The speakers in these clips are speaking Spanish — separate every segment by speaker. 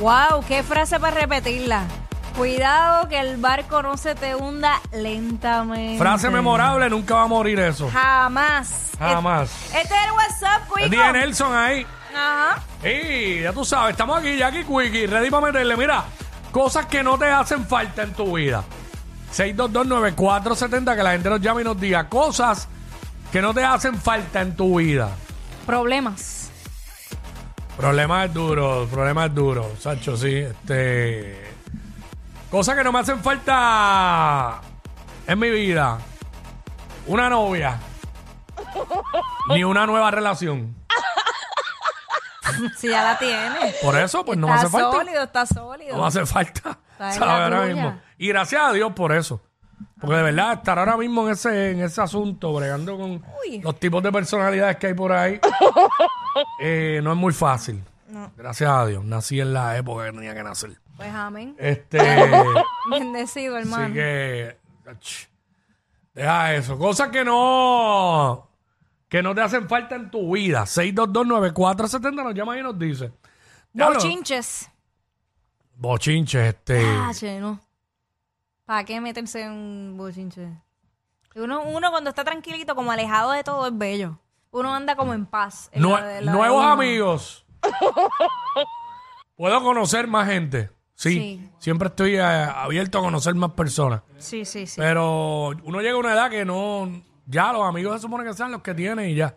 Speaker 1: Wow, qué frase para repetirla. Cuidado que el barco no se te hunda lentamente.
Speaker 2: Frase memorable, nunca va a morir eso.
Speaker 1: Jamás.
Speaker 2: Jamás.
Speaker 1: Este es el WhatsApp,
Speaker 2: El
Speaker 1: Cuico.
Speaker 2: día Nelson ahí.
Speaker 1: Ajá.
Speaker 2: Y ya tú sabes, estamos aquí, Jackie Quickie, ready para meterle. Mira, cosas que no te hacen falta en tu vida. 6229470, que la gente nos llame y nos diga cosas que no te hacen falta en tu vida.
Speaker 1: Problemas.
Speaker 2: Problema es duro, problema es duro, Sancho, sí. Este, cosas que no me hacen falta en mi vida. Una novia. Ni una nueva relación.
Speaker 1: Si ya la tienes.
Speaker 2: Por eso, pues no me
Speaker 1: está
Speaker 2: hace falta.
Speaker 1: sólido, está sólido.
Speaker 2: No me hace falta.
Speaker 1: Está en
Speaker 2: ¿sabes?
Speaker 1: la
Speaker 2: Ahora
Speaker 1: tuya.
Speaker 2: mismo. Y gracias a Dios por eso. Porque de verdad, estar ahora mismo en ese, en ese asunto, bregando con
Speaker 1: Uy.
Speaker 2: los tipos de personalidades que hay por ahí, eh, no es muy fácil. Gracias a Dios. Nací en la época que tenía que nacer.
Speaker 1: Pues amén.
Speaker 2: Este.
Speaker 1: Bendecido, hermano.
Speaker 2: así que. ach, Deja eso. Cosas que no. Que no te hacen falta en tu vida. 6229470 nos llama y nos dice. Diablo,
Speaker 1: Bochinches.
Speaker 2: Bochinche, este.
Speaker 1: Ah, che, no. ¿Para qué meterse en un bochinche? Uno, uno cuando está tranquilito, como alejado de todo, es bello. Uno anda como en paz. en
Speaker 2: Nue-
Speaker 1: la de- la de
Speaker 2: nuevos
Speaker 1: uno.
Speaker 2: amigos. Puedo conocer más gente. Sí.
Speaker 1: Sí.
Speaker 2: Siempre estoy eh, abierto a conocer más personas.
Speaker 1: Sí, sí, sí.
Speaker 2: Pero uno llega a una edad que no. Ya los amigos se supone que sean los que tienen y ya.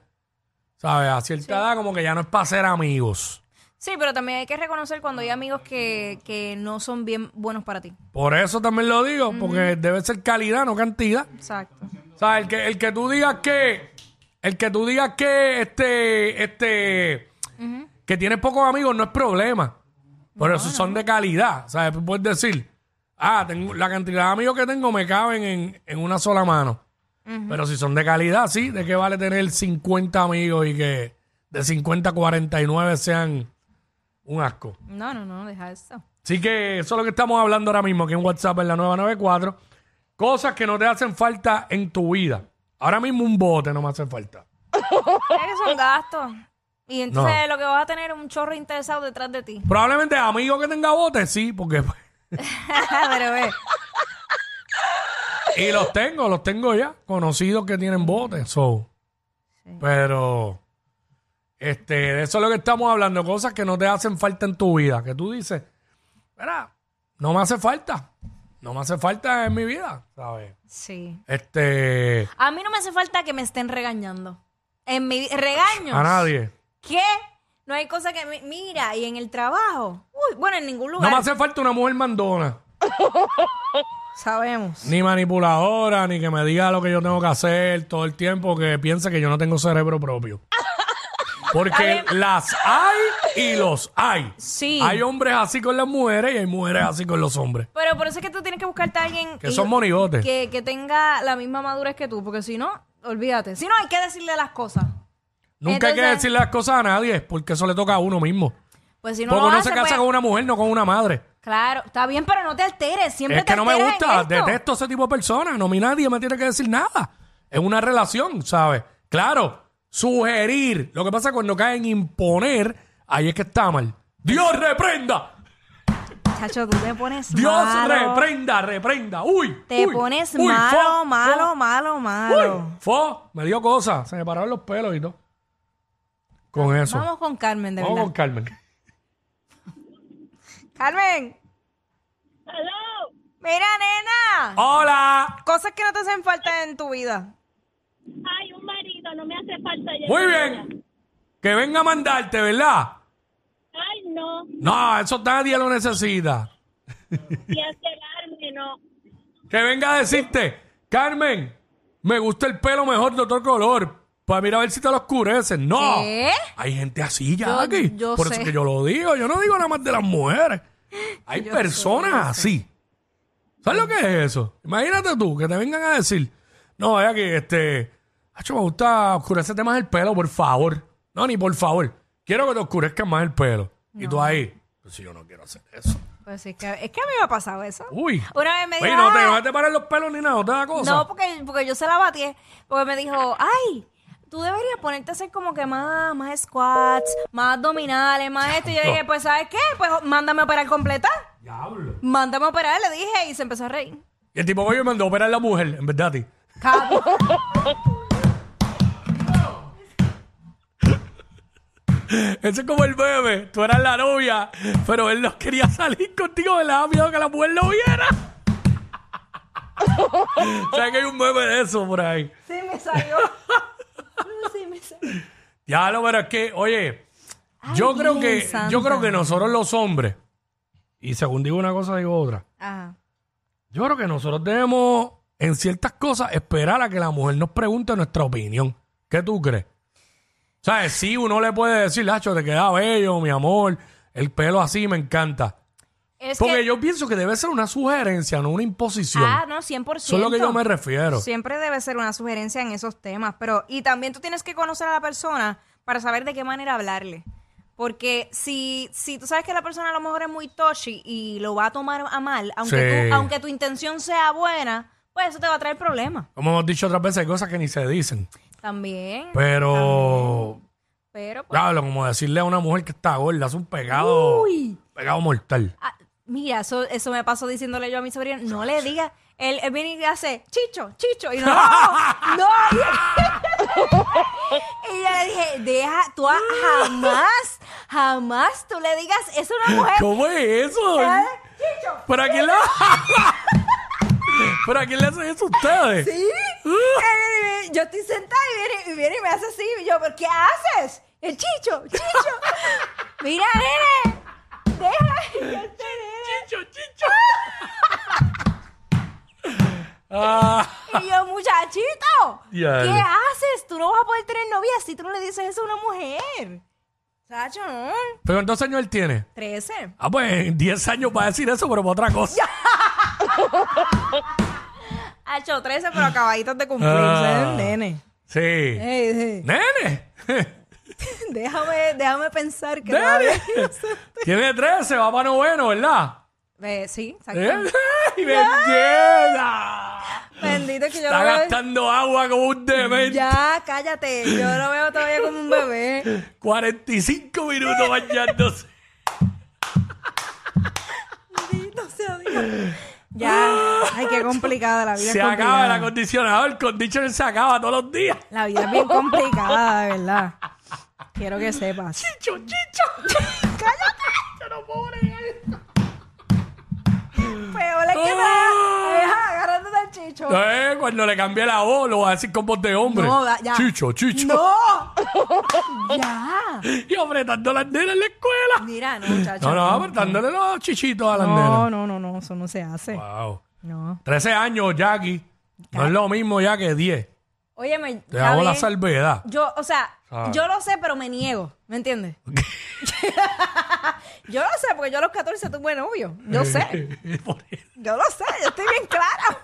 Speaker 2: ¿Sabes? A cierta edad, como que ya no es para ser amigos.
Speaker 1: Sí, pero también hay que reconocer cuando hay amigos que, que no son bien buenos para ti.
Speaker 2: Por eso también lo digo, porque debe ser calidad, no cantidad.
Speaker 1: Exacto.
Speaker 2: O sea, el que, el que tú digas que. El que tú digas que este. Este. Que tienes pocos amigos no es problema. Pero esos son de calidad. ¿Sabes? Tú Puedes decir. Ah, tengo, la cantidad de amigos que tengo me caben en, en una sola mano. Pero si son de calidad, sí. ¿De qué vale tener 50 amigos y que de 50 a 49 sean un asco?
Speaker 1: No, no, no, deja eso.
Speaker 2: Así que eso es lo que estamos hablando ahora mismo aquí en WhatsApp en la 994. Cosas que no te hacen falta en tu vida. Ahora mismo un bote no me hace falta.
Speaker 1: Es que son gastos. Y entonces
Speaker 2: No.
Speaker 1: lo que vas a tener es un chorro interesado detrás de ti.
Speaker 2: Probablemente amigo que tenga bote, sí, porque...
Speaker 1: pero ve.
Speaker 2: Y los tengo, los tengo ya, conocidos que tienen botes. So. Pero... Este, de eso es lo que estamos hablando, cosas que no te hacen falta en tu vida, que tú dices, mira, no me hace falta, no me hace falta en mi vida, ¿sabes?
Speaker 1: Sí.
Speaker 2: Este,
Speaker 1: A mí no me hace falta que me estén regañando. En mi regaños.
Speaker 2: a nadie.
Speaker 1: ¿Qué? No hay cosa que me- mira y en el trabajo. Uy, bueno, en ningún
Speaker 2: No
Speaker 1: lugar.
Speaker 2: me hace falta una mujer mandona.
Speaker 1: Sabemos.
Speaker 2: Ni manipuladora, ni que me diga lo que yo tengo que hacer todo el tiempo, que piense que yo no tengo cerebro propio. Porque las hay y los hay.
Speaker 1: Sí.
Speaker 2: Hay hombres así con las mujeres y hay mujeres así con los hombres.
Speaker 1: Pero por eso es que tú tienes que buscarte a alguien
Speaker 2: Que
Speaker 1: y-
Speaker 2: son monigotes.
Speaker 1: que, que tenga la misma madurez que tú, porque si no, olvídate. Si no, hay que decirle las cosas.
Speaker 2: Nunca hay que
Speaker 1: Entonces-
Speaker 2: decirle las cosas a nadie, porque eso le toca a uno mismo.
Speaker 1: Pues si no
Speaker 2: Porque
Speaker 1: lo
Speaker 2: uno
Speaker 1: hace,
Speaker 2: se casa
Speaker 1: pues-
Speaker 2: con una mujer, no con una madre.
Speaker 1: Claro, está bien, pero no te alteres. Siempre
Speaker 2: Es que
Speaker 1: te
Speaker 2: no me
Speaker 1: alteras en
Speaker 2: gusta,
Speaker 1: esto.
Speaker 2: detesto ese tipo de personas. No, mi nadie me tiene que decir nada. Es una relación, ¿sabes? Claro, sugerir. Lo que pasa cuando caen imponer, ahí es que está mal. Dios reprenda,
Speaker 1: Chacho, tú te pones
Speaker 2: Dios
Speaker 1: malo.
Speaker 2: reprenda, reprenda. Uy,
Speaker 1: Te
Speaker 2: uy,
Speaker 1: pones
Speaker 2: uy,
Speaker 1: malo,
Speaker 2: fo,
Speaker 1: malo,
Speaker 2: fo,
Speaker 1: malo,
Speaker 2: uy,
Speaker 1: malo.
Speaker 2: fo. me dio cosa, se me pararon los pelos y todo. Con eso.
Speaker 1: Vamos con Carmen, de
Speaker 2: Vamos
Speaker 1: verdad.
Speaker 2: con Carmen.
Speaker 1: Carmen.
Speaker 3: Hello.
Speaker 1: Mira, nena.
Speaker 2: Oh. Hola.
Speaker 1: Cosas que no te hacen falta en tu vida.
Speaker 3: Ay, un marido, no me hace falta. ya.
Speaker 2: Muy bien. Que venga a mandarte, ¿verdad?
Speaker 3: Ay, no,
Speaker 2: No, eso nadie lo necesita.
Speaker 3: y acelerarme, no.
Speaker 2: Que venga a decirte, Carmen, me gusta el pelo mejor de otro color. Para mira a ver si te lo oscurecen. No.
Speaker 1: ¿Qué?
Speaker 2: Hay gente así ya
Speaker 1: Yo-
Speaker 2: aquí.
Speaker 1: yo
Speaker 2: Por
Speaker 1: sé.
Speaker 2: eso que yo lo digo. Yo no digo nada más de las mujeres. Hay personas así. ¿Sabes lo que es eso? Imagínate tú que te vengan a decir, no, es que este, Hacho, me gusta oscurecerte más el pelo, por favor. No, ni por favor. Quiero que te oscurezcan más el pelo. Y tú ahí, pues si yo no quiero hacer eso.
Speaker 1: Pues es que, es que a mí me ha pasado eso.
Speaker 2: Uy.
Speaker 1: Una vez me
Speaker 2: Oye,
Speaker 1: dijo,
Speaker 2: no te,
Speaker 1: "Ah,
Speaker 2: no te paren los pelos ni nada, otra cosa.
Speaker 1: no, porque, porque yo se la batí. Porque me dijo, ay, Tú deberías ponerte a hacer como que más, más squats, más abdominales, más esto. Y yo dije, pues, ¿sabes qué? Pues mándame a operar completa.
Speaker 2: Diablo.
Speaker 1: Mándame a operar, le dije, y se empezó a reír.
Speaker 2: Y el tipo que me mandó a operar la mujer, en verdad, a ti.
Speaker 1: Cabrón.
Speaker 2: Ese es como el bebé. Tú eras la novia, pero él no quería salir contigo. Le daba miedo que la mujer lo viera. ¿Sabes que hay un bebé de eso por ahí?
Speaker 1: Sí, me salió. Sí, me salió.
Speaker 2: Ya lo pero es que, oye, yo
Speaker 1: Ay,
Speaker 2: creo
Speaker 1: bien,
Speaker 2: que, yo
Speaker 1: santa.
Speaker 2: creo que nosotros los hombres, y según digo una cosa, digo otra,
Speaker 1: Ajá.
Speaker 2: yo creo que nosotros debemos, en ciertas cosas, esperar a que la mujer nos pregunte nuestra opinión. ¿Qué tú crees? ¿Sabes? Sí, uno le puede decir, Lacho, te queda bello, mi amor, el pelo así me encanta.
Speaker 1: Es
Speaker 2: Porque
Speaker 1: que,
Speaker 2: yo pienso que debe ser una sugerencia, no una imposición.
Speaker 1: Ah, no, 100%.
Speaker 2: Eso es lo que yo me refiero.
Speaker 1: Siempre debe ser una sugerencia en esos temas, pero y también tú tienes que conocer a la persona para saber de qué manera hablarle. Porque si, si tú sabes que la persona a lo mejor es muy touchy y lo va a tomar a mal, aunque,
Speaker 2: Sí.
Speaker 1: tú- aunque tu intención sea buena, pues eso te va a traer problemas
Speaker 2: Como hemos dicho otras veces, hay cosas que ni se dicen.
Speaker 1: también.
Speaker 2: Pues, Pero,
Speaker 1: Pero, pues,
Speaker 2: claro, como decirle a una mujer que está gorda, es un pegado,
Speaker 1: Uy.
Speaker 2: pegado mortal.
Speaker 1: ah, mira, eso, eso me pasó diciéndole yo a mi sobrino, no le digas, él, él viene y hace, chicho, chicho, y no, no. y yo le dije, deja, tú a- jamás, jamás tú le digas, es una mujer.
Speaker 2: ¿Cómo es eso?
Speaker 1: Chicho,
Speaker 2: ¿Para quién le, ¿Para quién le hacen eso a ustedes?
Speaker 1: sí. Eh, yo estoy sentada y viene, y viene y me hace así, y yo, ¿pero qué haces? El chicho, chicho. mira, nene, deja, yo te nene.
Speaker 2: Chicho, chicho. Ah,
Speaker 1: Y yo, muchachito,
Speaker 2: Ya,
Speaker 1: ¿qué
Speaker 2: dale.
Speaker 1: haces? Tú no vas a poder tener novia si tú no le dices eso a una mujer. Sacho, ¿no?
Speaker 2: ¿Pero cuántos años él tiene?
Speaker 1: 13.
Speaker 2: Ah, pues en 10 años va a decir eso, pero para otra cosa.
Speaker 1: Hacho, 13, pero acabaditos de cumplir,
Speaker 2: Ah.
Speaker 1: ¿sabes? nene.
Speaker 2: Sí.
Speaker 1: Eh. Ey,
Speaker 2: Nene.
Speaker 1: ey, Déjame, déjame pensar que todavía-
Speaker 2: Dale. Tiene 13, va para noveno, ¿verdad?
Speaker 1: Eh, sí, exacto.
Speaker 2: ¿Eh? ¡Ay, bendita!
Speaker 1: Bendito que yo
Speaker 2: Está
Speaker 1: lo veo.
Speaker 2: gastando agua como un demente.
Speaker 1: Ya, cállate. Yo lo veo todavía como un bebé.
Speaker 2: 45 minutos bañándose.
Speaker 1: Bendito sea Dios. Ya. Ay, qué complicada la vida. es
Speaker 2: Ah. se acaba el
Speaker 1: complicada.
Speaker 2: acondicionador. El conditioner se acaba todos los días.
Speaker 1: La vida es bien complicada, de verdad. Quiero que sepas.
Speaker 2: Chicho, chicho. ¡Cállate! Yo no puedo bregar esto.
Speaker 1: Peor es que
Speaker 2: Ah.
Speaker 1: me deja agarrándote del chicho.
Speaker 2: Eh, cuando le cambié la voz, lo voy a decir con voz de hombre.
Speaker 1: No, da- ya.
Speaker 2: Chicho, chicho.
Speaker 1: ¡No! ya.
Speaker 2: Y apretando las nenas en la escuela.
Speaker 1: Mira, no, muchacho.
Speaker 2: No, no, apretándole los chichitos a las
Speaker 1: No,
Speaker 2: nenas.
Speaker 1: no, no, no, eso no se hace.
Speaker 2: Wow.
Speaker 1: No.
Speaker 2: 13 años, Jackie. No es lo mismo ya que 10.
Speaker 1: Óyeme,
Speaker 2: Te
Speaker 1: está
Speaker 2: hago la
Speaker 1: bien.
Speaker 2: salvedad.
Speaker 1: Yo, o sea,
Speaker 2: Ah.
Speaker 1: yo lo sé, pero me niego, ¿me entiendes? yo lo sé, porque yo a los 14 tuve novio. Yo sé,
Speaker 2: Por eso.
Speaker 1: yo lo sé, yo estoy bien clara.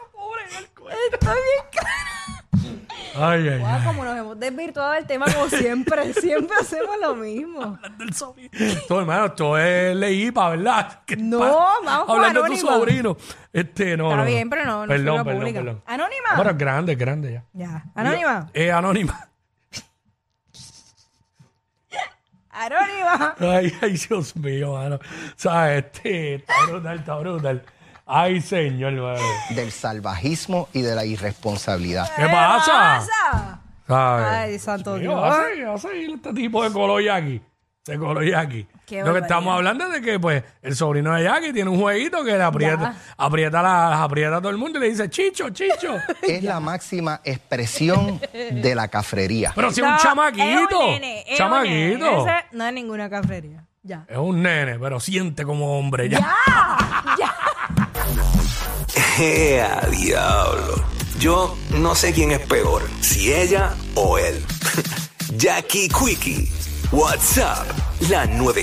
Speaker 1: Estoy bien clara.
Speaker 2: ay, ay,
Speaker 1: Wow, como nos hemos desvirtuado del tema, como siempre, siempre hacemos lo mismo.
Speaker 2: Del sobrino. Todo, hermano, esto es leípa, ¿verdad? Que
Speaker 1: No,
Speaker 2: pa-
Speaker 1: vamos con
Speaker 2: Hablando de tu
Speaker 1: Anónima.
Speaker 2: sobrino. Este, no,
Speaker 1: Está
Speaker 2: no,
Speaker 1: bien, pero no, no
Speaker 2: perdón,
Speaker 1: figura
Speaker 2: perdón,
Speaker 1: pública.
Speaker 2: perdón.
Speaker 1: Anónima.
Speaker 2: Bueno, es grande, es grande ya.
Speaker 1: Ya, anónima,
Speaker 2: Eh, anónima.
Speaker 1: anónima.
Speaker 2: Ay, ay, Dios mío, mano. O sea, este, está brutal, está brutal. Ay, señor, mano.
Speaker 4: del salvajismo y de la irresponsabilidad.
Speaker 2: ¿Qué pasa?
Speaker 1: pasa?
Speaker 2: ¿Sabes?
Speaker 1: Ay, santo
Speaker 2: Digo,
Speaker 1: Dios.
Speaker 2: va a seguir, va a seguir este tipo de colo Yaqui. De colo Yaqui.
Speaker 1: Qué
Speaker 2: Lo que
Speaker 1: barbaridad.
Speaker 2: estamos hablando es de que, pues, el sobrino de Jackie tiene un jueguito que le aprieta, aprieta, la- las aprieta a todo el mundo y le dice, chicho, chicho.
Speaker 4: Es la máxima expresión de la cafrería.
Speaker 2: Pero si es
Speaker 1: No,
Speaker 2: un chamaquito.
Speaker 1: es un nene, es un
Speaker 2: chamaquito.
Speaker 1: nene. Ese no es ninguna cafrería. Ya.
Speaker 2: Es un nene, pero siente como hombre ya.
Speaker 5: ¡Ea, diablo! Yo no sé quién es peor, si ella o él. Jackie Quickie, WhatsApp, la 94.